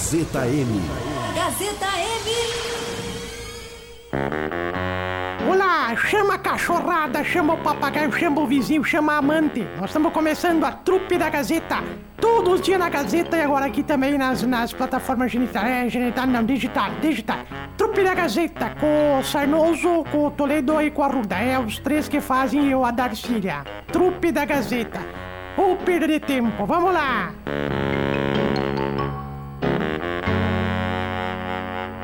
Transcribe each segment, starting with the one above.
Gazeta M. Gazeta M. Olá, chama a cachorrada, chama o papagaio, chama o vizinho, chama a amante. Nós estamos começando a trupe da Gazeta. Todos os dias na Gazeta e agora aqui também nas, nas plataformas genital, é, genital não, digital, digital. Trupe da Gazeta, com o Sarnoso, com o Toledo e com a Ruda. É os três que fazem eu a Darcília. Trupe da Gazeta. Vou perder tempo, vamos lá!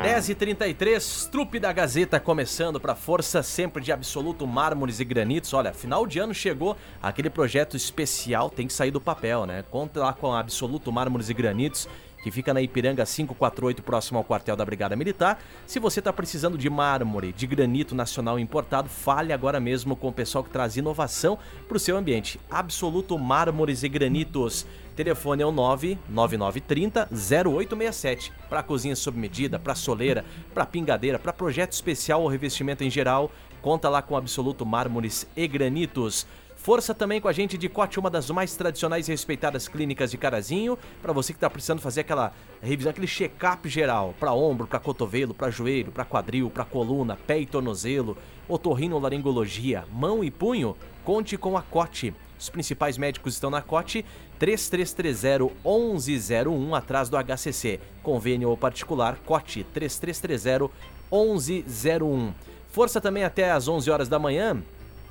10 e 33 trupe da Gazeta começando para força sempre de absoluto mármores e granitos. Olha, final de ano chegou, aquele projeto especial tem que sair do papel, né? Conta lá com a absoluto mármores e granitos. Que fica na Ipiranga 548, próximo ao quartel da Brigada Militar. Se você está precisando de mármore, de granito nacional importado, fale agora mesmo com o pessoal que traz inovação para o seu ambiente. Absoluto Mármores e Granitos. Telefone é o 99930 0867 para cozinha sob medida, para soleira, para pingadeira, para projeto especial ou revestimento em geral. Conta lá com Absoluto Mármores e Granitos. Força também com a gente de Cote, uma das mais tradicionais e respeitadas clínicas de Carazinho, para você que está precisando fazer aquela revisão, aquele check-up geral, para ombro, para cotovelo, para joelho, para quadril, para coluna, pé e tornozelo, otorrinolaringologia, mão e punho, conte com a Cote. Os principais médicos estão na COT 3330-1101 atrás do HCC. Convênio ou particular, COT 3330-1101. Força também até às 11 horas da manhã.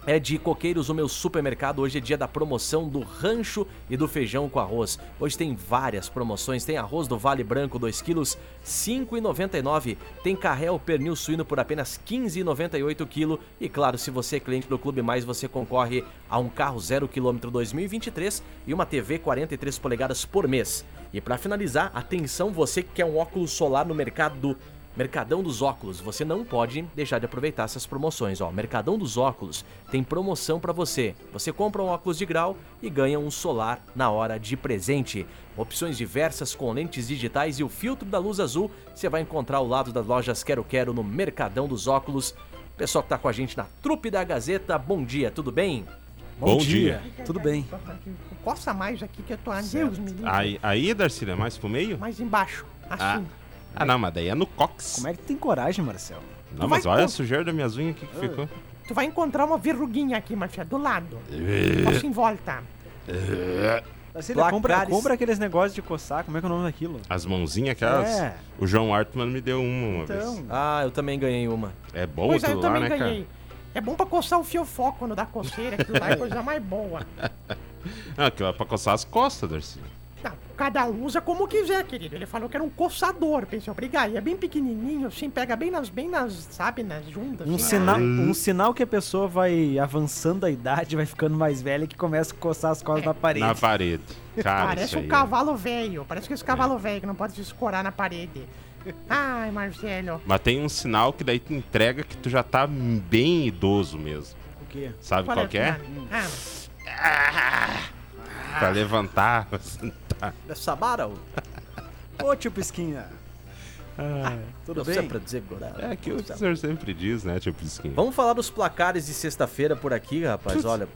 É de Coqueiros, o meu supermercado. Hoje é dia da promoção do rancho e do feijão com arroz. Hoje tem várias promoções. Tem arroz do Vale Branco, 2 quilos, 5,99. Tem carré ou pernil suíno por apenas 15,98 kg. E claro, se você é cliente do Clube Mais, você concorre a um carro 0 km 2023 e uma TV 43 polegadas por mês. E para finalizar, atenção você que quer um óculos solar no mercado do Mercadão dos Óculos, você não pode deixar de aproveitar essas promoções. Ó, Mercadão dos Óculos tem promoção para você. Você compra um óculos de grau e ganha um solar na hora de presente. Opções diversas com lentes digitais e o filtro da luz azul você vai encontrar ao lado das lojas Quero Quero no Mercadão dos Óculos. Pessoal que tá com a gente na Trupe da Gazeta, bom dia, tudo bem? Bom, bom dia. dia. Tudo bem. Coça mais aqui que eu tô... ah, Deus me livre. Aí, aí Darcília, mais pro meio? Mais embaixo, assim. Ah. Ah, não, mas daí é no cox. Como é que tu tem coragem, Marcelo? Não, tu mas olha a sujeira das minhas unhas aqui que uh. ficou. Tu vai encontrar uma verruguinha aqui, Marcelo, do lado. Uh. Posso em volta. Uh. Você compra, compra aqueles negócios de coçar, como é que é o nome daquilo? As mãozinhas aquelas. É. O João Hartmann me deu uma uma então. vez. Ah, eu também ganhei uma. É bom pois aquilo é, eu lá, também né, ganhei. cara? É bom pra coçar o fiofó quando dá coceira, aquilo lá é coisa mais boa. Não, aquilo é pra coçar as costas, Darcy. Não, cada um usa como quiser, querido. Ele falou que era um coçador, pensei, obrigado. E é bem pequenininho, assim, pega bem nas, bem nas, sabe, nas juntas. assim, Um, sinal, um sinal que a pessoa vai avançando a idade, vai ficando mais velha, que começa a coçar as costas é. na parede. Na parede. Cara, é parece um cavalo velho, parece que esse cavalo é. velho que não pode se escorar na parede. Ai, Marcelo. Mas tem um sinal que daí tu entrega que tu já tá bem idoso mesmo. O quê? Sabe qual, qual é? é? Ah. ah pra levantar, pra sentar. Da Sabarau? Ô, tio Pisquinha. Ah, tudo não bem? pra dizer, Tá Gorá. É que o senhor sempre diz, né, tio Pisquinha? Vamos falar dos placares de sexta-feira por aqui, rapaz. Olha,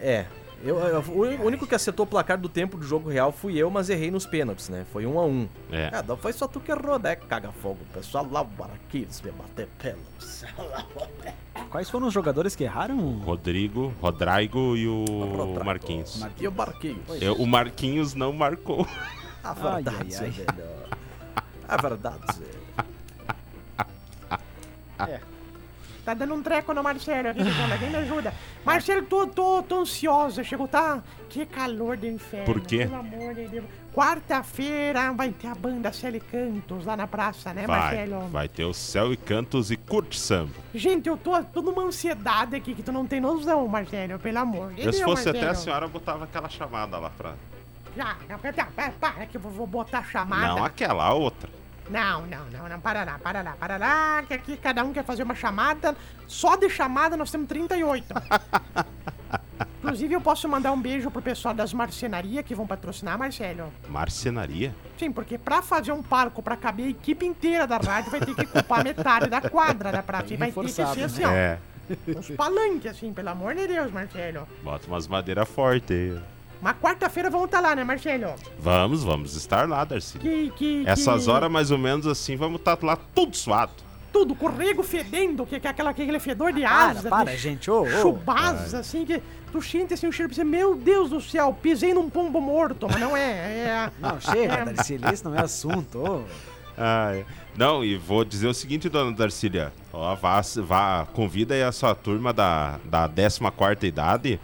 é. Eu, eu, o único que acertou o placar do tempo do jogo real fui eu, mas errei nos pênaltis, né? Foi um a um. É. é não foi só tu que errou, né? Caga fogo, pessoal. Lá o Baraquinhos me bater pênaltis. Quais foram os jogadores que erraram? Rodrigo, Rodrigo e o Rodrago. Marquinhos. Mar... E o Marquinhos. Eu, o Marquinhos não marcou. A verdade ai, ai, ai. é melhor. A verdade é. é. Tá dando um treco no Marcelo aqui, pessoal. Alguém me ajuda. Marcelo, tô, tô, tô ansiosa. Chegou, tá? Que calor do inferno. Por quê? Pelo amor de Deus. Quarta-feira vai ter a banda Céu e Cantos lá na praça, né, vai, Marcelo? Vai ter o Céu e Cantos e Curte Samba. Gente, eu tô, tô numa ansiedade aqui que tu não tem noção, Marcelo. Pelo amor de Deus. Se fosse é Marcelo. até assim, a senhora, botava aquela chamada lá pra. Já, para, para, que eu vou botar a chamada. Não, aquela, a outra. Não, não, não, não, para lá, para lá, para lá, que aqui cada um quer fazer uma chamada. Só de chamada nós temos 38. Inclusive, eu posso mandar um beijo pro pessoal das marcenarias que vão patrocinar, Marcelo. Marcenaria? Sim, porque pra fazer um parco pra caber a equipe inteira da rádio, vai ter que ocupar metade da quadra da praça. E vai Reforçado, ter que ser assim, É. né? ó. É. Uns palanques, assim, pelo amor de Deus, Marcelo. Bota umas madeiras fortes aí. Mas quarta-feira vamos estar lá, né, Marcelo? Vamos, vamos estar lá, Darcy. Que, que, Essas que- horas, mais ou menos assim, vamos estar lá tudo suado. Tudo, corrego fedendo, que, que é aquela, aquele fedor de asa. Para, para, de gente, ô, ô. Chubasas, assim, que tu sente assim o cheiro pra você, meu Deus do céu, pisei num pombo morto, mas não é. é Não, chega, Darcy, esse não é assunto, ô. Ai, Ah, é. Não, e vou dizer o seguinte, dona Darcília. Ó, vá, vá, convida aí a sua turma da, da 14 idade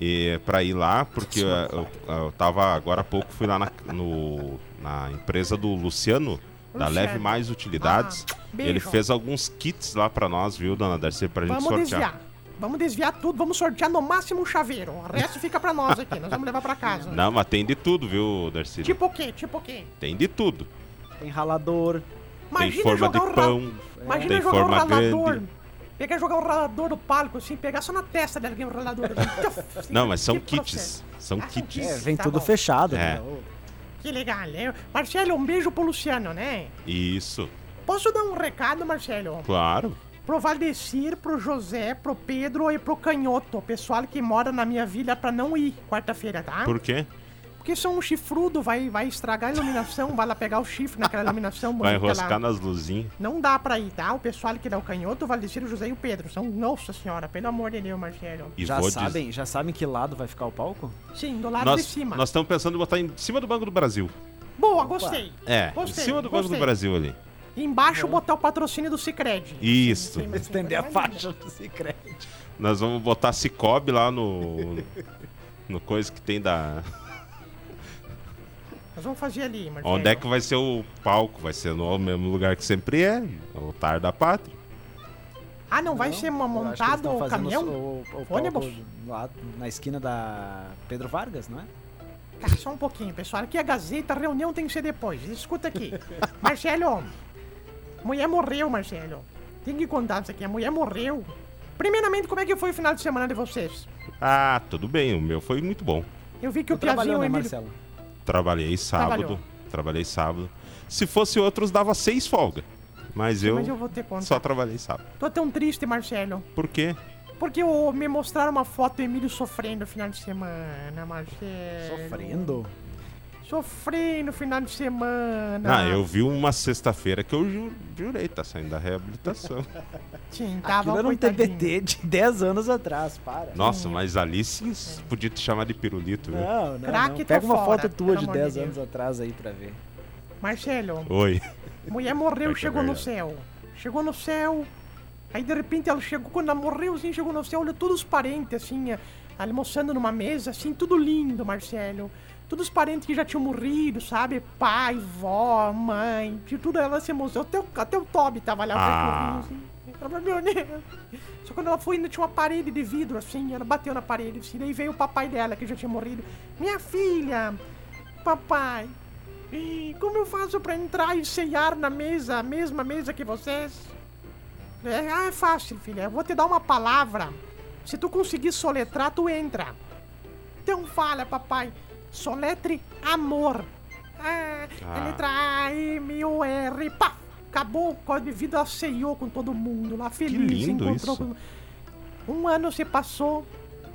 e, pra ir lá, porque eu, eu, eu tava agora há pouco, fui lá na, no- na empresa do Luciano, da Luciano. Leve Mais Utilidades. Ah, beijo. Ele fez alguns kits lá pra nós, viu, dona Darcy, pra gente vamos sortear. desviar. Vamos desviar tudo, vamos sortear no máximo um chaveiro. O resto fica pra nós aqui, nós vamos levar pra casa. Não, mas tem de tudo, viu, Darcy? Tipo o quê? Tipo o quê? Tem de tudo. Tem ralador. tem forma de um ra- pão, Imagina tem jogar um forma ralador. grande. Pegar e jogar um ralador no palco, assim, pegar só na testa de alguém um ralador. assim, Não, mas são que kits. processo. São Ah, são kits. É, vem Tá tudo bom. fechado, É. né? ô. Que legal, né? Marcelo, um beijo pro Luciano, né? Isso, Posso dar um recado, Marcelo? claro. Pro Valdecir, pro José, pro Pedro e pro Canhoto, o pessoal que mora na minha vila pra não ir quarta-feira, tá? Por quê? Porque são um chifrudo, vai, vai estragar a iluminação, vai lá pegar o chifre naquela iluminação Vai bonita lá. enroscar nas luzinhas. Não dá pra ir, tá? O pessoal que dá o canhoto, o Valdecir, o José e o Pedro. São, nossa senhora, pelo amor de Deus, Marcelo. E Já vou sabem, já sabem que lado vai ficar o palco? Sim, do lado dizer. Nós, de cima. nós estamos pensando em botar em cima do Banco do Brasil. Boa, gostei. É, gostei, em cima do Banco gostei. do Brasil ali. Embaixo botar o patrocínio do Cicred. Isso. Sim, sim, Estender a mas- faixa do secreto. Nós vamos botar Cicobi lá no. No coisa que tem da. Nós vamos fazer ali, Marcelo. Onde é que vai ser o palco? Vai ser no mesmo lugar que sempre é o altar da pátria. Ah, não, vai ser uma- montado o caminhão? O, o, o Ônibus? palco Lá na esquina da Pedro Vargas, não é? Cara, só um pouquinho, pessoal. Aqui é a Gazeta, a reunião tem que ser depois. Escuta aqui. Marcelo, mulher morreu, Marcelo. Tem que contar isso aqui. A mulher morreu. Primeiramente, como é que foi o final de semana de vocês? Ah, tudo bem, o meu foi muito bom. Eu vi que o Tu trabalhou, Piazinho né, e o Emílio... Marcelo? Trabalhei sábado. Trabalhou. Trabalhei sábado. Se fosse outros, dava seis folga. Mas eu, Mas eu vou ter conta. só trabalhei sábado. Tô tão triste, Marcelo. Por quê? Porque eu- me mostraram uma foto do Emílio sofrendo no final de semana, Marcelo. Sofrendo. Sofrendo no final de semana. Ah, eu vi uma sexta-feira que eu ju- jurei, tá saindo da reabilitação. Sim, tava Aquilo era um coitadinho. TBT de 10 anos atrás, para. Nossa, mas ali É. sim s- podia te chamar de pirulito, viu? Não, não, Craque, não. tô Pega uma fora, foto tua pelo de amor de 10 Deus. anos atrás aí pra ver. Marcelo, Oi. mulher morreu É e que é chegou no verdade. céu. Chegou no céu. Aí de repente ela chegou, quando ela morreu, assim, chegou no céu, olhou todos os parentes, assim, eh, almoçando numa mesa, assim, tudo lindo, Marcelo. Todos os parentes que já tinham morrido, sabe? Pai, vó, mãe, de tudo ela se emocionou. Até o, até o Toby tava lá. Ah. assim. Ela falou, "Meu Deus." Só quando ela foi, ainda tinha uma parede de vidro, assim, ela bateu na parede, assim, daí veio o papai dela, que já tinha morrido. Minha filha, papai, e como eu faço pra entrar e ceiar na mesa, a mesma mesa que vocês? É, ah, é fácil, filha. Eu vou te dar uma palavra. Se tu conseguir soletrar, tu entra. Então fala, papai. Soletre amor. Ah, Ah. A letra A, M, O, R. Pá! Acabou o código de vida, ceiou com todo mundo lá, feliz. lindo encontrou isso. com- Um ano se passou.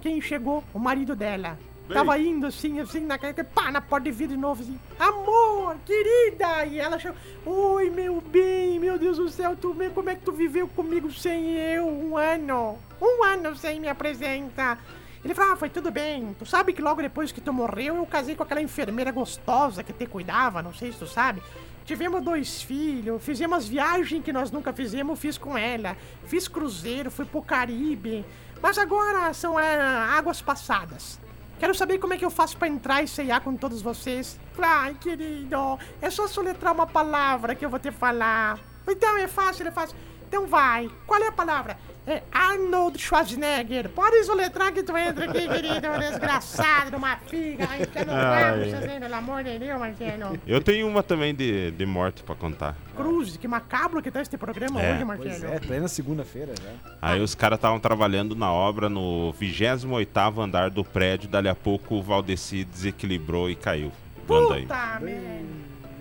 Quem chegou? O marido dela. Tava indo assim, assim, na cara, pá, na porta de vidro de novo, assim, amor, querida! E ela chama, oi, meu bem, meu Deus do céu, tu, vê como é que tu viveu comigo sem eu um ano? Um ano sem me apresentar. Ele fala, ah, foi tudo bem, tu sabe que logo depois que tu morreu, eu casei com aquela enfermeira gostosa que te cuidava, não sei se tu sabe. Tivemos dois filhos, fizemos as viagens que nós nunca fizemos, fiz com ela. Fiz cruzeiro, fui pro Caribe. Mas agora são é, águas passadas. Quero saber como é que eu faço pra entrar e ceiar com todos vocês. Ai, querido, é só soletrar uma palavra que eu vou te falar. Então é fácil, é fácil. Então vai. Qual é a palavra? É Arnold Schwarzenegger. Pode soletrar que tu entra aqui, querido. Desgraçado, numa figa. Ai, que não dá, Ai. vocês ainda, pelo amor de Deus, Marcelo. Eu tenho uma também de, de morte pra contar. Cruz, que macabro que tá este programa É. hoje, Pois Marcelo. é, plena segunda-feira É. já. Ah. Aí os caras estavam trabalhando na obra no 28 andar do prédio. Dali a pouco o Valdeci desequilibrou e caiu. Manda aí. Puta merda.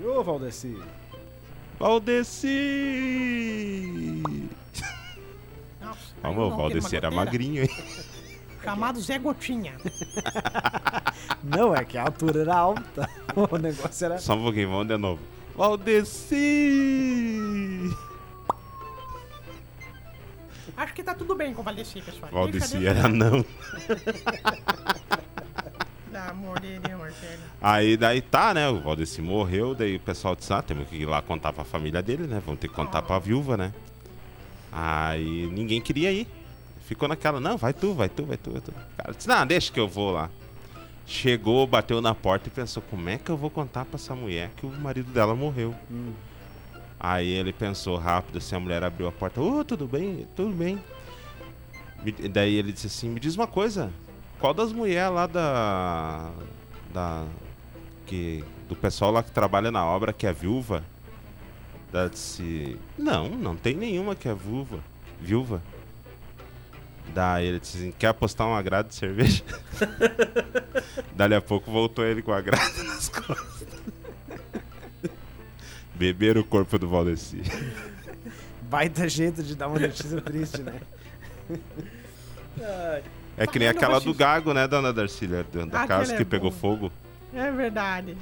E Ô, Valdeci. Valdeci! Nossa, Ó, aí meu, o não, Valdeci aquele era magoteira. magrinho, hein? Chamado Zé Gotinha. Não, é que a altura era alta. O negócio É. era. Só um pouquinho, vamos de novo. Valdeci! Acho que tá tudo bem com o Valdeci, pessoal. Deixa Valdeci Deus- era não. Pelo amor de Deus, Marcelo. Aí daí tá, né? O Valdeci morreu, daí o pessoal disse, ah, temos que ir lá contar pra família dele, né? Vamos ter que contar pra viúva, né? Aí ninguém queria ir. Ficou naquela, não, vai tu, vai tu, vai tu, vai tu. O cara disse, não, deixa que eu vou lá. Chegou, bateu na porta e pensou, como é que eu vou contar pra essa mulher que o marido dela morreu? Aí ele pensou rápido, assim, a mulher abriu a porta, ô, tudo bem, tudo bem. Me- Daí ele disse assim, me diz uma coisa, qual das mulheres lá da... da que do pessoal lá que trabalha na obra que é viúva? Ela disse, não, não tem nenhuma que é viúva. Viúva. Daí ele disse, assim, quer apostar uma grada de cerveja? Dali a pouco voltou ele com a grada nas costas. Beberam o corpo do Valdeci. Baita jeito de dar uma notícia triste, né? É que nem Ainda vou aquela te- do Gago, né, dona Darcília? Da, da Ah, casa aquela que é pegou boa. fogo. É verdade.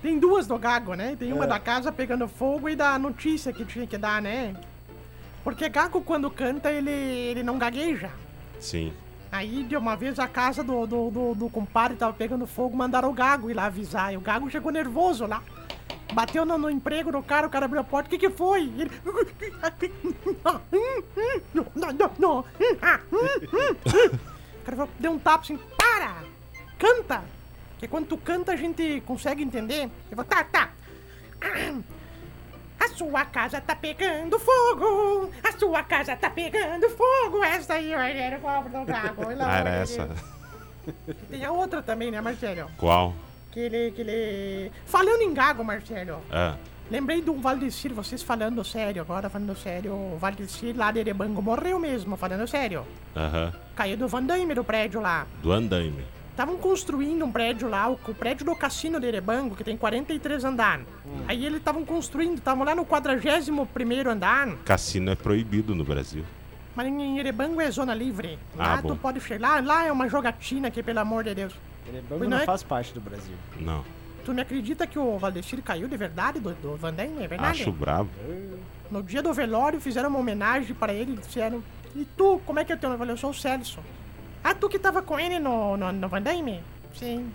Tem duas do Gago, né? Tem uma da casa pegando fogo e da notícia que tinha que dar, né? Porque Gago, quando canta, ele, ele não gagueja. Sim. Aí, de uma vez, a casa do, do, do, do compadre tava pegando fogo, mandaram o Gago ir lá avisar. E o Gago chegou nervoso lá. Bateu no, no emprego do cara, o cara abriu a porta. O que que foi? Ele... Não, não, não, não. O cara falou, deu um tapa assim, para! Canta! Porque quando tu canta, a gente consegue entender. Ele falou, tá, tá. A sua casa tá pegando fogo! A sua casa tá pegando fogo! Essa aí, Rogério, cobra do Gago. pelo Ah, era amor de essa. Deus. Tem a outra também, né, Marcelo? Qual? Que ele, que ele... Falando em Gago, Marcelo, Ah, lembrei de um Valdecir, vocês falando sério agora, falando sério, o Valdecir lá de Erebango morreu mesmo, falando sério. aham. Caiu do Vandaime do prédio lá. Do andaime. Estavam construindo um prédio lá, o, o prédio do cassino de Erebango, que tem 43 andar. Hum. Aí eles estavam construindo, estavam lá no 41º andar, Cassino é proibido no Brasil. mas em Erebango é zona livre. Ah, Lá bom. tu pode chegar, lá é uma jogatina que, pelo amor de Deus. Erebango Mas não não é- faz parte do Brasil. Não. Tu me acredita que o Valdecir caiu de verdade do, do Vandaime, é verdade? Acho brabo. No dia do velório, fizeram uma homenagem pra ele. Disseram, e tu, como é que é teu nome? Eu falei, eu sou o Celso. Ah, tu que tava com ele no, no, no Van Damme? Sim.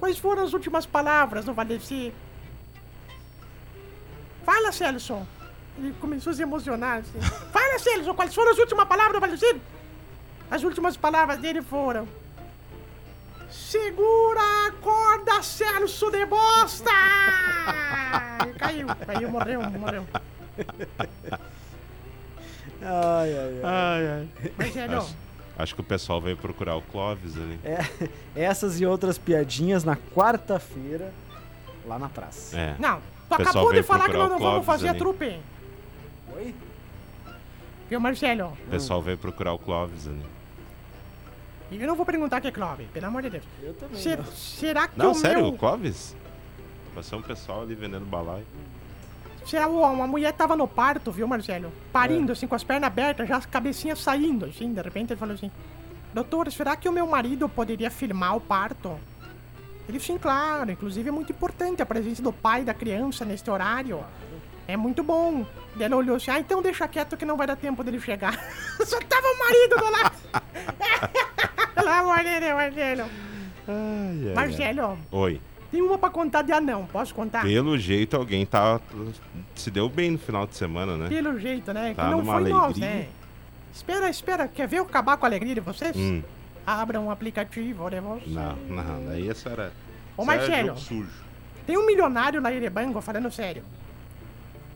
Quais foram as últimas palavras do Valdeci? Fala, Celso. Ele começou a se emocionar, assim. Fala, Celso, quais foram as últimas palavras do Valdeci? As últimas palavras dele foram... Segura a corda, Celso de bosta! caiu, caiu, morreu, morreu. Ai, ai, ai. Ai, ai. Mas é, não. Acho, acho que o pessoal veio procurar o Clóvis ali. É, essas e outras piadinhas na quarta-feira, lá na praça. É. Não, tu Pessoal acabou de veio falar que procurar nós o não vamos Clóvis fazer a ali. trupe. Oi? Viu, Marcelo? O pessoal veio procurar o Clóvis ali. E eu não vou perguntar que é Clóvis, pelo amor de Deus. Eu também. Se- será que Não, o sério, o meu... Clóvis? Passou um pessoal ali vendendo balaio. Será o- é uma mulher tava no parto, viu, Marcelo? Parindo, assim, com as pernas abertas, já as cabecinhas saindo, assim. De repente ele falou assim... Doutor, será que o meu marido poderia filmar o parto? Ele, sim, claro. Inclusive é muito importante a presença do pai e da criança neste horário. É muito bom. Daí ela olhou assim, ah, então deixa quieto que não vai dar tempo dele chegar. Só tava o marido do lado. Pelo amor de Deus, Marcelo. Ai, ai, ai. Marcelo, Oi. tem uma pra contar de anão, posso contar? Pelo jeito, alguém tá, se deu bem no final de semana, né? Pelo jeito, né? Tá que não numa foi nós, alegria. né? Espera, espera, quer ver eu acabar com a alegria de vocês? Hum, Abram um aplicativo, né? vocês? não, não, daí essa era. Ô, isso era Marcelo. jogo sujo. Tem um milionário lá em Erebango, falando sério.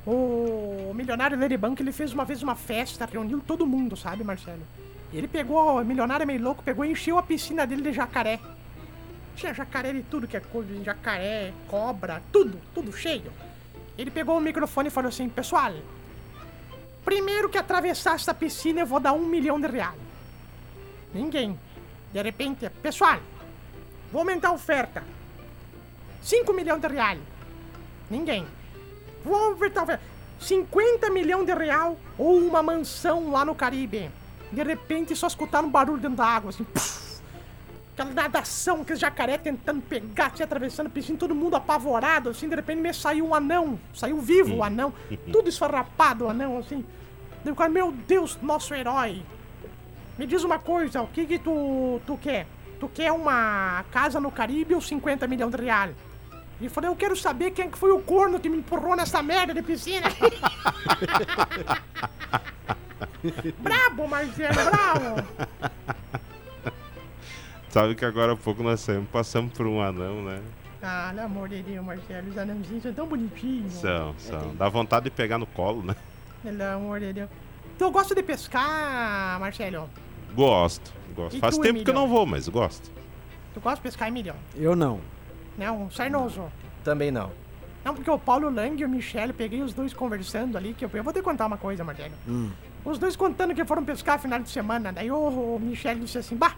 O milionário da Erebango, ele fez uma vez uma festa, reuniu todo mundo, sabe, Marcelo? E ele pegou, o milionário é meio louco, pegou e encheu a piscina dele de jacaré. Tinha jacaré de tudo que é coisa, jacaré, cobra, tudo, tudo cheio. Ele pegou o microfone e falou assim, pessoal, primeiro que atravessar essa piscina eu vou dar um milhão de reais. Ninguém. De repente, pessoal, vou aumentar a oferta. 5 milhões de reais. Ninguém. Vou ver talvez 50 milhões de real ou uma mansão lá no Caribe. De repente só escutaram um barulho dentro da água, assim. puf. aquela nadação, aquele jacaré tentando pegar, te atravessando, piscina, todo mundo apavorado, assim, de repente me saiu um anão, saiu vivo o anão, tudo esfarrapado o anão, assim. Daí o cara, meu Deus, nosso herói. Me diz uma coisa, o que que tu, tu quer? Tu quer uma casa no Caribe ou 50 milhões de reais? Ele falou, eu quero saber quem que foi o corno que me empurrou nessa merda de piscina. brabo, Marcelo, brabo. Sabe que agora há pouco nós saímos, passamos por um anão, né? Ah, pelo amor de Deus, Marcelo, os anãozinhos são tão bonitinhos. São, são. Dá vontade de pegar no colo, né? Pelo amor de Deus. Tu gosta de pescar, Marcelo? Gosto, gosto. E Faz tu, tempo que Emílio? eu não vou, mas gosto. Tu gosta de pescar, Emílio? Eu não. Não, Um sarnoso. Também não. Não, porque o Paulo Lang e o Michel, eu peguei os dois conversando ali, que eu, eu vou te contar uma coisa, Marcelo. Os dois contando que foram pescar final de semana, né? daí o, o Michel disse assim, bah,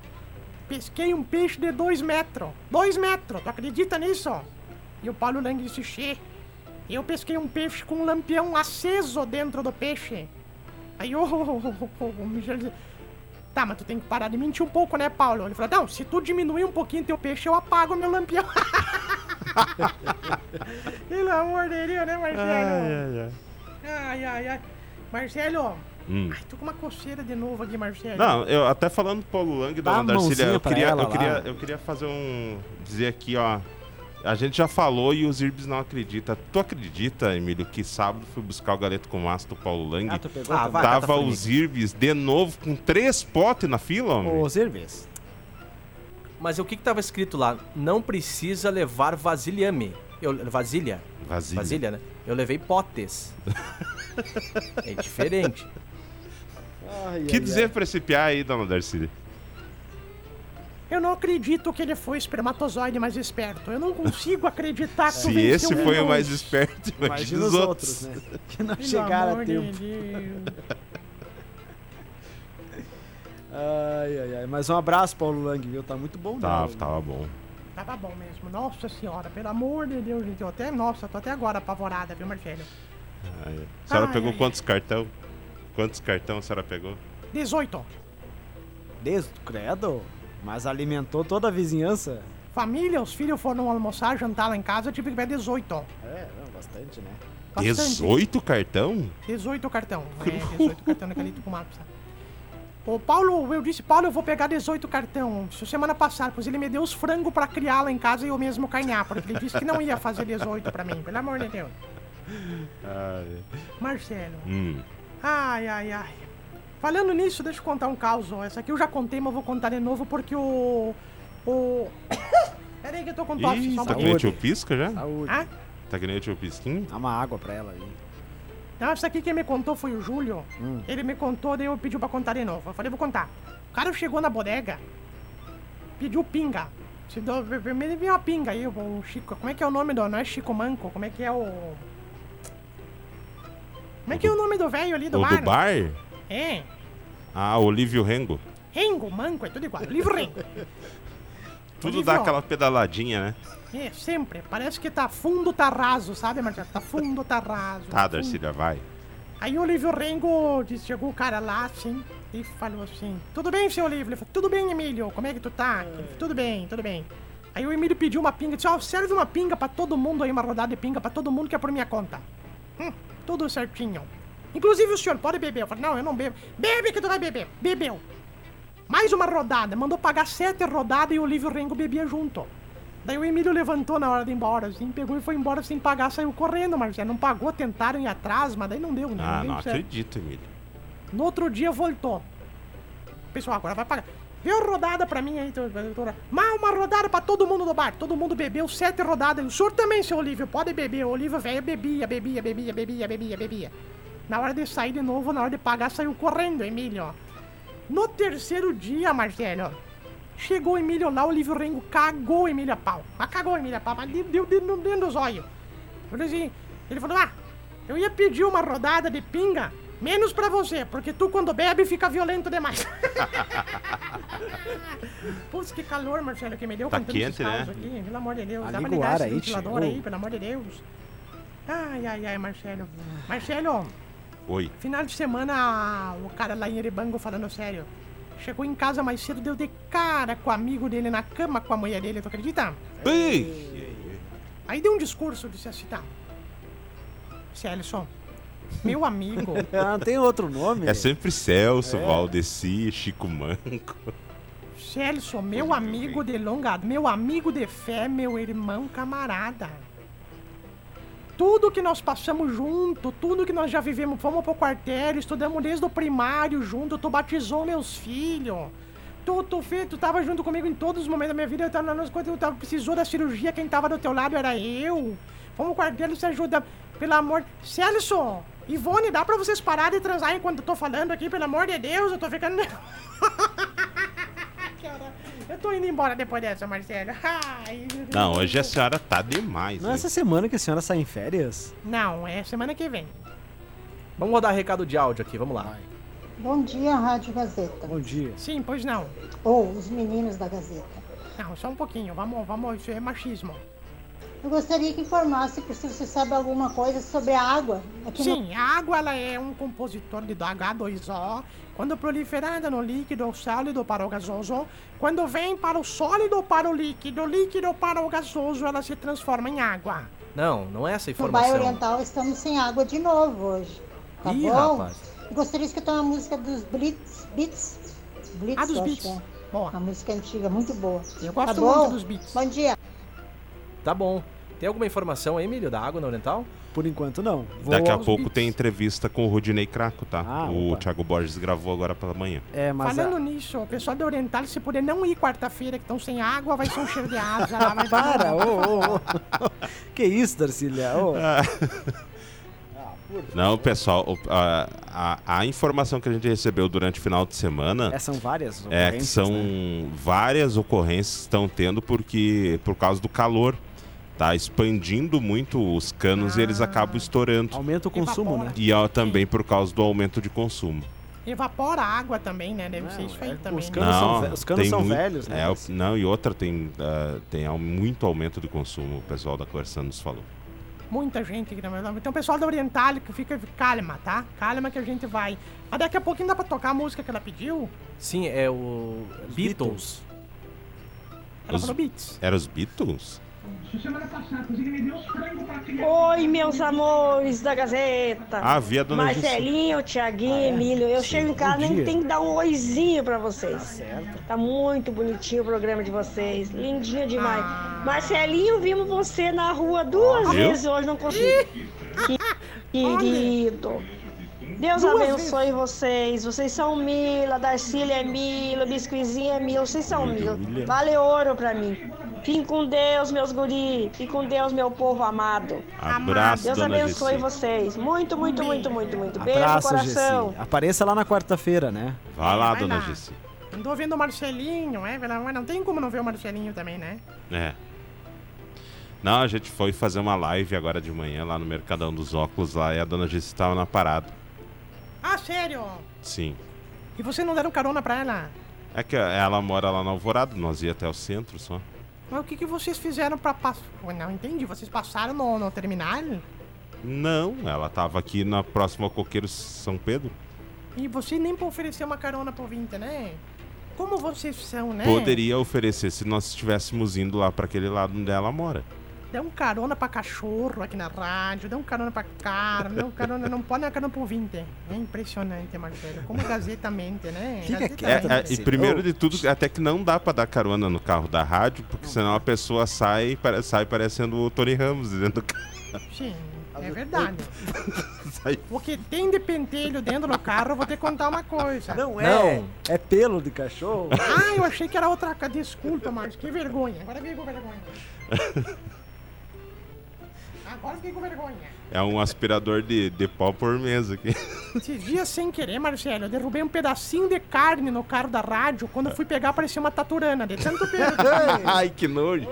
pesquei um peixe de dois metros. Dois metros, tu acredita nisso? E o Paulo Lang disse, xê, eu pesquei um peixe com um lampião aceso dentro do peixe. Aí o, o Michel disse, tá, mas tu tem que parar de mentir um pouco, né, Paulo? Ele falou, não, se tu diminuir um pouquinho teu peixe, eu apago meu lampião. Pelo amor de Deus, né, Marcelo? Ai, ai, ai. Ai, ai, ai. Marcelo, Hum. ai, tô com uma coceira de novo aqui, Marcelo. Não, eu até falando do Paulo Lang, Dá dona a Darcília, mãozinha eu pra queria, ela eu, lá. queria, eu queria fazer um. dizer aqui, ó. A gente já falou e os Irbes não acredita. Tu acredita, Emílio, que sábado fui buscar o galeto com massa do Paulo Lang? Ah, tu pegou? Ah, também? vai. Tava Catafonic. os Irbes de novo com três potes na fila, homem. Ô, Zervez. Mas o que que tava escrito lá? Não precisa levar vasilhame. Eu, vasilha? Vasilha. Vasilha, né? Eu levei potes. é diferente. Que é. dizer pra esse piá aí, dona Darcília? Eu não acredito que ele foi o espermatozoide mais esperto. Eu não consigo acreditar Ah, que Se venceu esse um foi o milhão. mais esperto, imagina, Imagina os outros, né? Que não Pelo chegaram amor a de tempo. Deus. Ai, ai, ai. Mas um abraço, Paulo Lang, viu? Tá muito bom, Tava, né? tava bom. Tava Tá, bom mesmo. Nossa senhora, pelo amor de Deus, gente. Eu até, nossa, tô até agora apavorada, viu, Marcelo? Ai, A senhora Ai, pegou ai. quantos cartão? Quantos cartão a senhora pegou? 18. Desde credo. Mas alimentou toda a vizinhança. Família, os filhos foram almoçar, jantar lá em casa, eu tive que ver 18. É, não, bastante, né? Bastante. 18 cartão? 18 cartão. É, 18 cartão naquele tipo mapa. sabe? Ô, Paulo, eu disse, Paulo, eu vou pegar 18 cartão. Isso semana passada, pois ele me deu os frangos pra criar lá em casa e eu mesmo carnear, porque ele disse que não ia fazer 18 pra mim, pelo amor de Deus. Ai. Marcelo. Hum. Ai, ai, ai. Falando nisso, deixa eu contar um caos. ó. Essa aqui eu já contei, mas eu vou contar de novo porque o. O. Peraí que eu tô com tosse, Ih, só um tá que pouquinho. nem saúde. o tio Pisca já? Saúde. Ah? Tá que nem o tio Pisquinho? Dá uma água pra ela aí. Não, isso aqui Ah, quem me contou foi o Júlio. Hum. Ele me contou, daí eu pedi pra contar de novo. Eu falei, vou contar. O cara chegou na bodega, pediu pinga. Se deu, me deu uma pinga aí, o Chico. Como é que é o nome do. Não é Chico Manco? Como é que é o. Como é que é o nome do velho ali do o bar? do bar? É. Ah, Olívio Rengo. Rengo, Manco, é tudo igual. Livro Rengo. Tudo Olívio, dá ó. aquela pedaladinha, né? É, sempre. Parece que tá fundo, tá raso, sabe, Marcelo? Tá fundo, tá raso. Tá, fundo, Darcília, vai. Aí o Olívio Rengo disse, chegou o cara lá, assim, e falou assim: Tudo bem, seu Olívio? Ele falou: Tudo bem, Emílio, como é que tu tá? Ele falou, tudo bem, tudo bem. Aí o Emílio pediu uma pinga, disse: Ó, serve uma pinga pra todo mundo aí, uma rodada de pinga pra todo mundo que é por minha conta. Hum, tudo certinho. Inclusive o senhor pode beber. Eu falei: Não, eu não bebo. Bebe que tu vai beber. Bebeu. Mais uma rodada. Mandou pagar sete rodadas e o Olívio Rengo bebia junto. Daí o Emílio levantou na hora de ir embora, assim, pegou e foi embora sem pagar, saiu correndo, mas já não pagou, tentaram ir atrás, mas daí não deu, né? Ah, deu não certo. acredito, Emílio. No outro dia voltou. Pessoal, agora vai pagar. Vê uma rodada pra mim aí, doutora. Mais uma rodada pra todo mundo do bar. Todo mundo bebeu sete rodadas. O senhor também, seu Olívio, pode beber. O Olívio, velho, bebia, bebia, bebia, bebia, bebia, bebia. Na hora de sair de novo, na hora de pagar, saiu correndo, Emílio. No terceiro dia, Marcelo, chegou o Emílio lá, o Olívio Rengo cagou o Emílio a pau. Mas cagou o Emílio a pau, mas deu deu dentro dentro dos olhos. Falou assim, ele falou, ah, eu ia pedir uma rodada de pinga, menos pra você, porque tu quando bebe fica violento demais. Putz, que calor, Marcelo, que me deu Tá cantando esses quente, né? caos aqui, pelo amor de Deus. Ah, Dá pra liga o ligar ar esse aí, ventilador tio. aí, pelo amor de Deus. Ai, ai, ai, Marcelo. Ah. Marcelo, Oi. final de semana, o cara lá em Erebango falando sério. Chegou em casa mais cedo, deu de cara com o amigo dele na cama com a mulher dele, tu acredita? Ei! Aí deu um discurso, disse assim, tá. Celso, meu amigo, Ah, não tem outro nome? É sempre Celso, Valdeci, Chico Manco. Celso, meu amigo de longa, meu amigo de fé, meu irmão camarada. Tudo que nós passamos junto, tudo que nós já vivemos, fomos pro quartel, estudamos desde o primário junto, tu batizou meus filhos. Tu, tu, fe- tu tava junto comigo em todos os momentos da minha vida, eu tava, nas- quando eu tava, precisou da cirurgia, quem tava do teu lado era eu. Fomos pro quartel, você ajuda, pelo amor... Celso, Ivone, dá pra vocês parar de transar enquanto eu tô falando aqui, pelo amor de Deus, eu tô ficando... Cara, Eu tô indo embora depois dessa, Marcelo. Ai. Não, hoje a senhora tá demais. Não é hein? essa semana que a senhora sai em férias? Não, é semana que vem. Vamos rodar recado de áudio aqui, vamos lá. Bom dia, Rádio Gazeta. Bom dia. Sim, pois não. Ou os meninos da Gazeta. Não, só um pouquinho. Vamos, vamos, isso é machismo. Eu gostaria que informasse por se você sabe alguma coisa sobre a água. Aqui no- Sim, a água ela é um compositor de H2O. Quando proliferada no líquido ou sólido para o gasoso, quando vem para o sólido ou para o líquido, líquido para o gasoso, ela se transforma em água. Não, não é essa a no, bairro informação. Oriental estamos sem água de novo hoje. Tá Ih, bom? rapaz. Eu gostaria de escutar uma música dos Blitz. Blitz? Blitz, Ah, dos eu acho Beats. que é. Boa. Uma música antiga, muito boa. Eu Tá gosto bom? muito dos beats. Bom dia. Tá bom. Tem alguma informação aí, Emílio, da água na Oriental? Por enquanto, não. Vou Daqui a aos pouco bits. tem entrevista com o Rudinei Craco, tá? Ah, o opa. Thiago Borges gravou agora pela manhã. É, mas a- Falando nisso, o pessoal da Oriental, se puder não ir quarta-feira, que estão sem água, vai ser um cheiro de asa. lá vai Para, ô, ô, ô. Que isso, Darcília? Ô, Ah. Não, pessoal, o- a, a- a informação que a gente recebeu durante o final de semana é, são várias. é que ocorrências, são né? várias ocorrências que estão tendo porque por causa do calor. Tá expandindo muito os canos e Ah. eles acabam estourando. Aumenta o consumo, né? E ó, também por causa do aumento de consumo. Evapora a água também, né? Deve ser isso aí é, também. os né? canos- são ve- os canos tem são muito- velhos, né, é, o- Darcy? não, e outra tem, ah, tem au- muito aumento de consumo, o pessoal da Coerção nos falou. Muita gente aqui na verdade. Então, o pessoal da Oriental, que fica calma, tá? Calma que a gente vai. Mas daqui a pouquinho dá pra tocar a música que ela pediu? Sim, é o Beatles. Ela Os- falou beats. Era os Beatles? Oi, meus amores da Gazeta. Ah, via Dona é, Juscelina. Marcelinho, Tiaguinho, Emílio, eu chego em casa Ah, Bom e dia. tenho que dar um oizinho pra vocês. Certo. Tá muito bonitinho o programa de vocês, lindinho demais. Marcelinho, vimos você na rua duas Viu? vezes hoje, não consegui. Que- Querido. Deus abençoe vocês. Vocês são Mila, Darcília é Mila, Biscuizinho é Mila, vocês são Mila. Vale ouro pra mim. Fiquem com Deus, meus guri. Fiquem com Deus, meu povo amado. Abraço, Deus Dona abençoe Juscelina. vocês. Muito, muito, muito, muito, muito. Beijo no Abraço, coração. Gessi. Apareça lá na quarta-feira, né? Vai lá, Vai Dona lá. Juscelina. Andou vendo o Marcelinho, é? Pelo amor- Não tem como não ver o Marcelinho também, né? É. Não, a gente foi fazer uma live agora de manhã lá no Mercadão dos Óculos lá e a dona Gissi tava na parada. Ah, sério? Sim. E vocês não deram carona pra ela? É que ela mora lá no Alvorada, nós ia até o centro só. Mas o que, que vocês fizeram pra passar? Não entendi. Vocês passaram no, no terminal? Não, ela tava aqui na próxima Coqueiro São Pedro. E você nem pra oferecer uma carona pro Vinta, né? Como vocês são, né? Poderia oferecer se nós estivéssemos indo lá pra aquele lado onde ela mora. Dá um carona pra cachorro aqui na rádio, dá um carona pra cara, dá um carona, não pode dar um carona pro Vinte. É impressionante, Marcelo. Como gazeta mente, né? Fica Gazeta quieto, mente. É, é, e Marcelo. primeiro Ô. de tudo, até que não dá pra dar carona no carro da rádio, porque senão a pessoa sai, pare- sai parecendo o Tony Ramos dentro do carro. né? Sim, é verdade. Sai. O que tem de pentelho dentro do carro, eu vou te contar uma coisa. Não é. É pelo de cachorro? Ah, eu achei que era outra coisa. Desculpa, Márcio, que vergonha. Agora eu fiquei com vergonha. Agora eu fiquei com vergonha. É um aspirador de, de pó por mês aqui. Esses dias, sem querer, Marcelo, eu derrubei um pedacinho de carne no carro da rádio. Quando eu fui pegar, parecia uma taturana. De tanto peso. Ai, que nojo.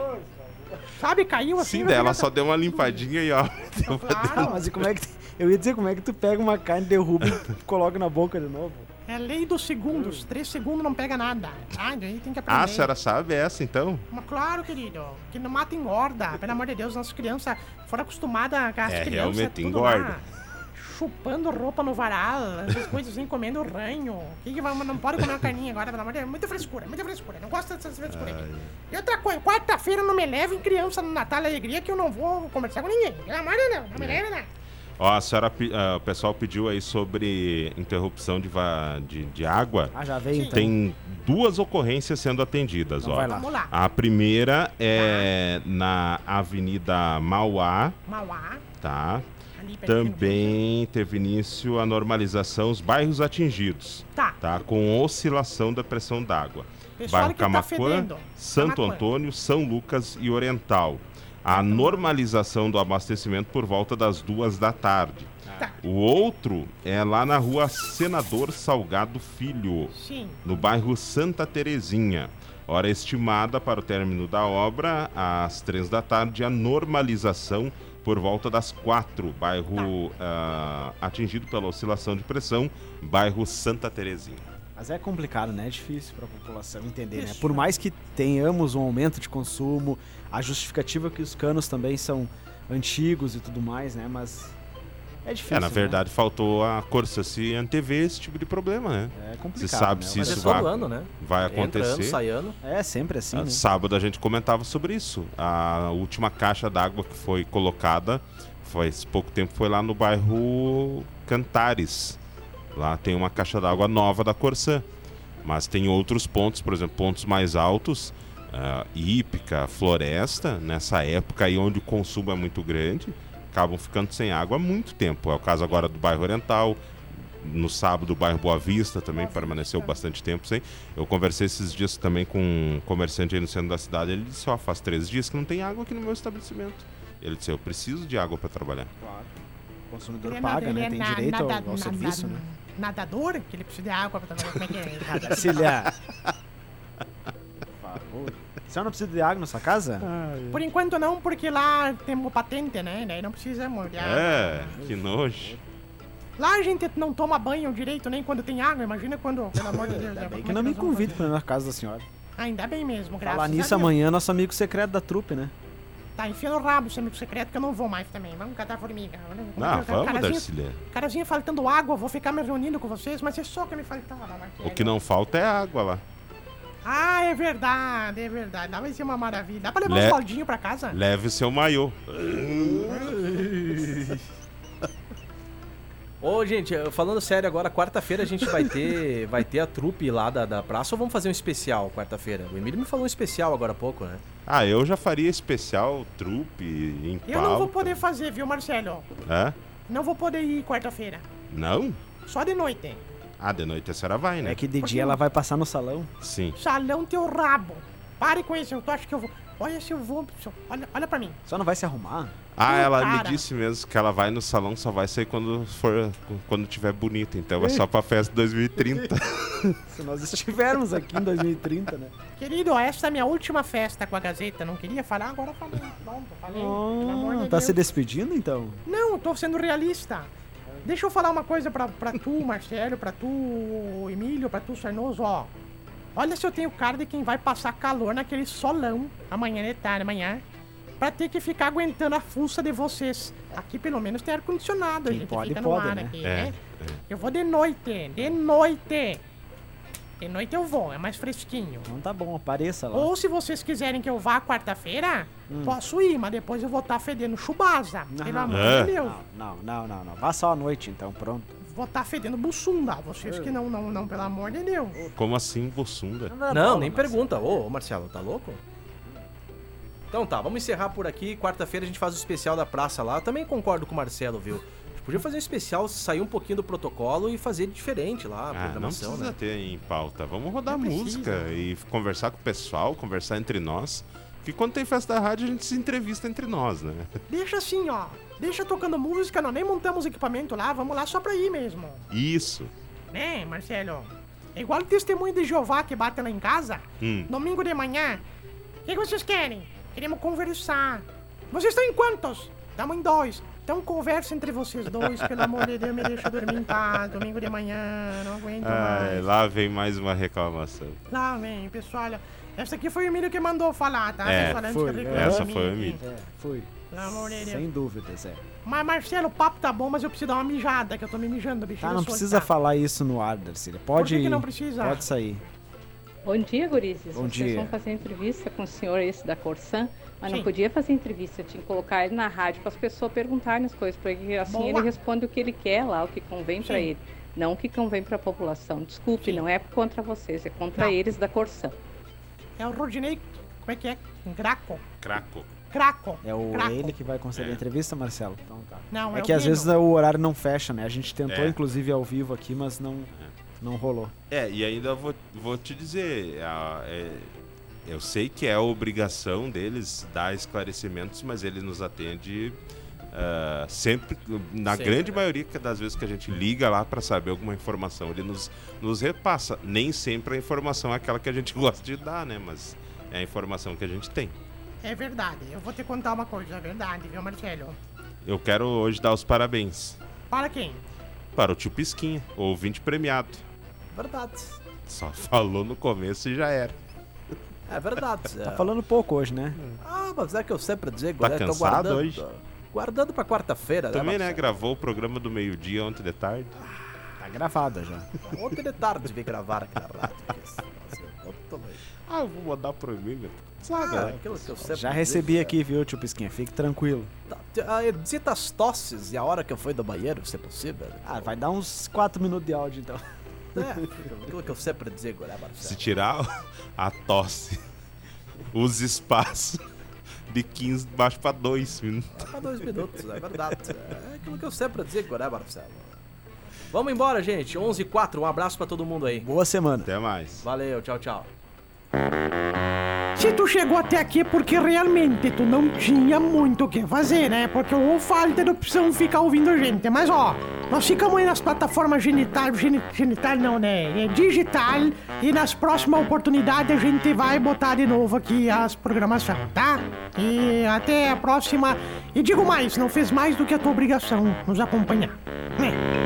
Sabe, caiu assim. Sim, vai daí ela pegar- só deu uma limpadinha e ó. deu um uma- Ah, Claro, mas e como é que. Eu ia dizer como é que tu pega uma carne, derruba e coloca na boca de novo. é lei dos segundos. Três segundos não pega nada. Tá? Aí tem que aprender. Ah, a senhora sabe essa então? Mas claro, querido. Que não mata engorda. Pelo amor de Deus, nossas crianças foram acostumadas com as É, crianças. realmente tudo engorda. lá. chupando roupa no varal, essas coisas assim, comendo ranho. Que que vamos, não pode comer uma carninha agora, pelo amor de Deus. Muita frescura, muita frescura. Não gosto dessas frescuras aqui. E outra coisa, quarta-feira não me levem criança no Natal Alegria que eu não vou conversar com ninguém. Pelo amor de Deus, não me É. levem nada. Ó, a senhora, pe- ah, o pessoal pediu aí sobre interrupção de, va- de, de água. Ah, já veio, então. Tem duas ocorrências sendo atendidas, Então ó. vai lá. Tá. Vamos lá. A primeira é na Avenida Mauá, Mauá, tá? ali pertinho. um Também teve início a normalização dos bairros atingidos, Tá. tá? Com oscilação da pressão d'água. Pessoal Bairro que tá Camacuã, fedendo. Santo Camacuã. Antônio, São Lucas e Oriental. A normalização do abastecimento por volta das duas da tarde. Tá. O outro é lá na rua Senador Salgado Filho, Sim. no bairro Santa Terezinha. Hora estimada para o término da obra, às três da tarde, a normalização por volta das quatro. Tá. Bairro ah, atingido pela oscilação de pressão, bairro Santa Terezinha. Mas é complicado, né? É difícil para a população entender, né? Isso. Por mais que tenhamos um aumento de consumo, a justificativa é que os canos também são antigos e tudo mais, né? Mas é difícil. É, na né? verdade, faltou a Corsa se antever esse tipo de problema, né? É Se complicado. sabe né? se Mas isso é todo vai- ano, né? Vai Entra ano, acontecer. sai ano. É sempre assim, Ah, né? Sábado a gente comentava sobre isso. A última caixa d'água que foi colocada faz pouco tempo foi lá no bairro Cantares. Lá tem uma caixa d'água nova da Corsã. Mas tem outros pontos, por exemplo, pontos mais altos, ah, hípica, floresta, nessa época aí onde o consumo é muito grande, acabam ficando sem água há muito tempo. É o caso agora do bairro Oriental, no sábado o bairro Boa Vista também permaneceu bastante tempo sem. Eu conversei esses dias também com um comerciante aí no centro da cidade, ele disse, ó, faz três dias que não tem água aqui no meu estabelecimento. Ele disse, eu preciso de água para trabalhar. O consumidor é paga, nada- né? é Tem na- direito ao, nada- ao nada- serviço, né? Nadador, que ele precisa de água pra trabalhar. Como é que é? Nada, Cília. Por favor. A senhora não precisa de água na sua casa? Por enquanto não, porque lá temos patente, né? Daí não precisamos de água. É, que nojo. Lá a gente não toma banho direito nem quando tem água. Imagina quando, pelo amor de Deus. Ainda né? bem Como que é não me nós vamos convide pra ir na casa da senhora. fazer? Ainda bem mesmo, graças Falar nisso a Deus. amanhã, nosso amigo secreto da trupe, né? Tá, enfia no rabo seu amigo secreto que eu não vou mais também. Vamos catar formiga. Não, vamos, carazinho, Darcília. carazinho faltando água, vou ficar me reunindo com vocês, mas é só o que me faltava, Marquinhos. O que não falta é água lá. Ah, é verdade, é verdade. Dá vai ser uma maravilha. Dá pra levar Le- um baldinho pra casa? Leve o seu maiô. Ô, gente, eu- falando sério agora, quarta-feira a gente vai ter vai ter a trupe lá da, da praça ou vamos fazer um especial quarta-feira? O Emílio me falou um especial agora há pouco, né? Ah, eu já faria especial, trupe, em Eu não vou pauta. poder fazer, viu, Marcelo? Hã? Não vou poder ir quarta-feira. Não? Só de noite. Ah, de noite a senhora vai, né? É que de dia ela vai passar no salão. Sim. Salão teu rabo. Pare com isso, eu tô- acho que eu vou. Olha se eu vou. se eu- Olha, olha pra mim. Só não vai se arrumar? Ah, Ih, ela cara. me disse mesmo que ela vai no salão, só vai sair quando for quando tiver bonita, então é só pra festa 2030. Se nós estivermos aqui em 2030, né? Querido, essa é a minha última festa com a Gazeta. Não queria falar, agora falei. Pronto, falei. Pelo amor de Ah, tá Deus. se despedindo então? Não, eu tô sendo realista. Deixa eu falar uma coisa pra, pra tu, Marcelo, pra tu, Emílio, pra tu, Sarnoso, ó. Olha se eu tenho cara de quem vai passar calor naquele solão amanhã de tarde, amanhã, pra ter que ficar aguentando a fuça de vocês. Aqui pelo menos tem ar-condicionado, a Quem gente pode, fica pode, no ar né? aqui, É, né? Eu vou de noite, de noite. De noite eu vou, é mais fresquinho. Então tá bom, apareça lá. Ou se vocês quiserem que eu vá quarta-feira, Hum. posso ir, mas depois eu vou estar fedendo chubasa. Pelo Não. amor É. de Deus. Não, não, não, não, não. Vá só à noite então, pronto. Vou estar fedendo bussunda. Vocês que não, não, não, pelo amor de Deus. Como assim, Bossunda? Tá Não, nem pergunta. Ô, ô, Marcelo, tá louco? Então tá, vamos encerrar por aqui. Quarta-feira a gente faz o especial da praça lá. Eu Também concordo com o Marcelo, viu? A gente podia fazer um especial, sair um pouquinho do protocolo e fazer diferente lá a Ah, não programação, precisa né? ter em pauta. Vamos rodar Não precisa. música e f- conversar com o pessoal, conversar entre nós. Porque quando tem festa da rádio, a gente se entrevista entre nós, né? Deixa assim, ó. Deixa tocando música, não nem montamos equipamento lá. Vamos lá só pra ir mesmo. Isso. Né, Marcelo? É igual o testemunho de Jeová que bate lá em casa. Hum. Domingo de manhã. O que que vocês querem? Queremos conversar. Vocês estão em quantos? Estamos em dois. Então conversa entre vocês dois, pelo amor de Deus, me deixa dormir em paz. Domingo de manhã, não aguento mais. Ai, lá vem mais uma reclamação. Lá, vem, pessoal. olha, Essa aqui foi o Emílio que mandou falar, tá? É, Pessoal, antes foi, que eu é. reclame Essa foi o Emílio. É, foi. Pelo amor de Deus. Sem dúvidas, é. Mas, Marcelo, o papo tá bom, mas eu preciso dar uma mijada, que eu tô me mijando, bicho. Tá, não precisa falar isso no ar, Darcília. Pode que que ir, não precisa? Pode sair. Bom dia, gurizes. Bom Vocês dia. vão fazer entrevista com o senhor esse da Corsan, mas Sim. não podia fazer entrevista, tinha que colocar ele na rádio para as pessoas perguntarem as coisas, porque assim Boa. ele responde o que ele quer lá, o que convém para Sim. ele, não o que convém para a população. Desculpe, Sim. não é contra vocês, é contra Não. eles da Corsan. É o Rodinei. Como é que é? Graco? Craco. Craco. É o Craco. ele que vai conceder a entrevista, Marcelo? Então tá. Não, é o que às Guino. vezes o horário não fecha, né? A gente tentou, É. inclusive, ao vivo aqui, mas não, não rolou. É, e ainda vou, vou te dizer, a- é, eu sei que é a obrigação deles dar esclarecimentos, mas ele nos atende ah, sempre, na Sempre, grande né? maioria que- das vezes que a gente liga lá para saber alguma informação, ele nos, nos repassa. Nem sempre a informação é aquela que a gente gosta de dar, né? Mas é a informação que a gente tem. É verdade. Eu vou te contar uma coisa, é verdade, viu, Marcelo? Eu quero hoje dar os parabéns Para quem? para o tio Pisquinha, ouvinte premiado. Verdade. Só falou no começo e já era. É verdade. Tá É. falando pouco hoje, né? Hum. Ah, mas é que eu sempre digo, Tá né? Tô cansado guardando, hoje? Guardando pra quarta-feira, Também, né? Marcelo? Gravou o programa do meio-dia ontem de tarde. Tá gravada já. Ontem de tarde vim gravar aqui na rádio. que isso, Marcelo. Eu tô doido. Ah, eu vou mandar pro e-mail. Sabe? Ah, né? aquilo que eu sempre Já digo, recebi né? aqui, viu, tio Pisquinha? Fique tranquilo. Tá, t- ah, Edita as tosses e a hora que eu fui do banheiro, se é possível. né? Ah, vai dar uns 4 minutos de áudio, então. É, aquilo que eu sempre digo, né, Se Marcelo? tirar a tosse, os espaços de 15 baixo pra 2 minutos. Pra dois minutos, é verdade. É aquilo que eu sempre digo, né, Marcelo? Vamos embora, gente. 11 h 04 um abraço pra todo mundo aí. Boa semana. Até mais. Valeu, tchau, tchau. Se tu chegou até aqui é porque realmente tu não tinha muito o que fazer, né? Porque ou falta de opção ficar ouvindo a gente. Mas ó, nós ficamos aí nas plataformas genital, geni- genital não, né? É digital. E nas próximas oportunidades a gente vai botar de novo aqui as programações, tá? E até a próxima. E digo mais, não fez mais do que a tua obrigação nos acompanhar. Né?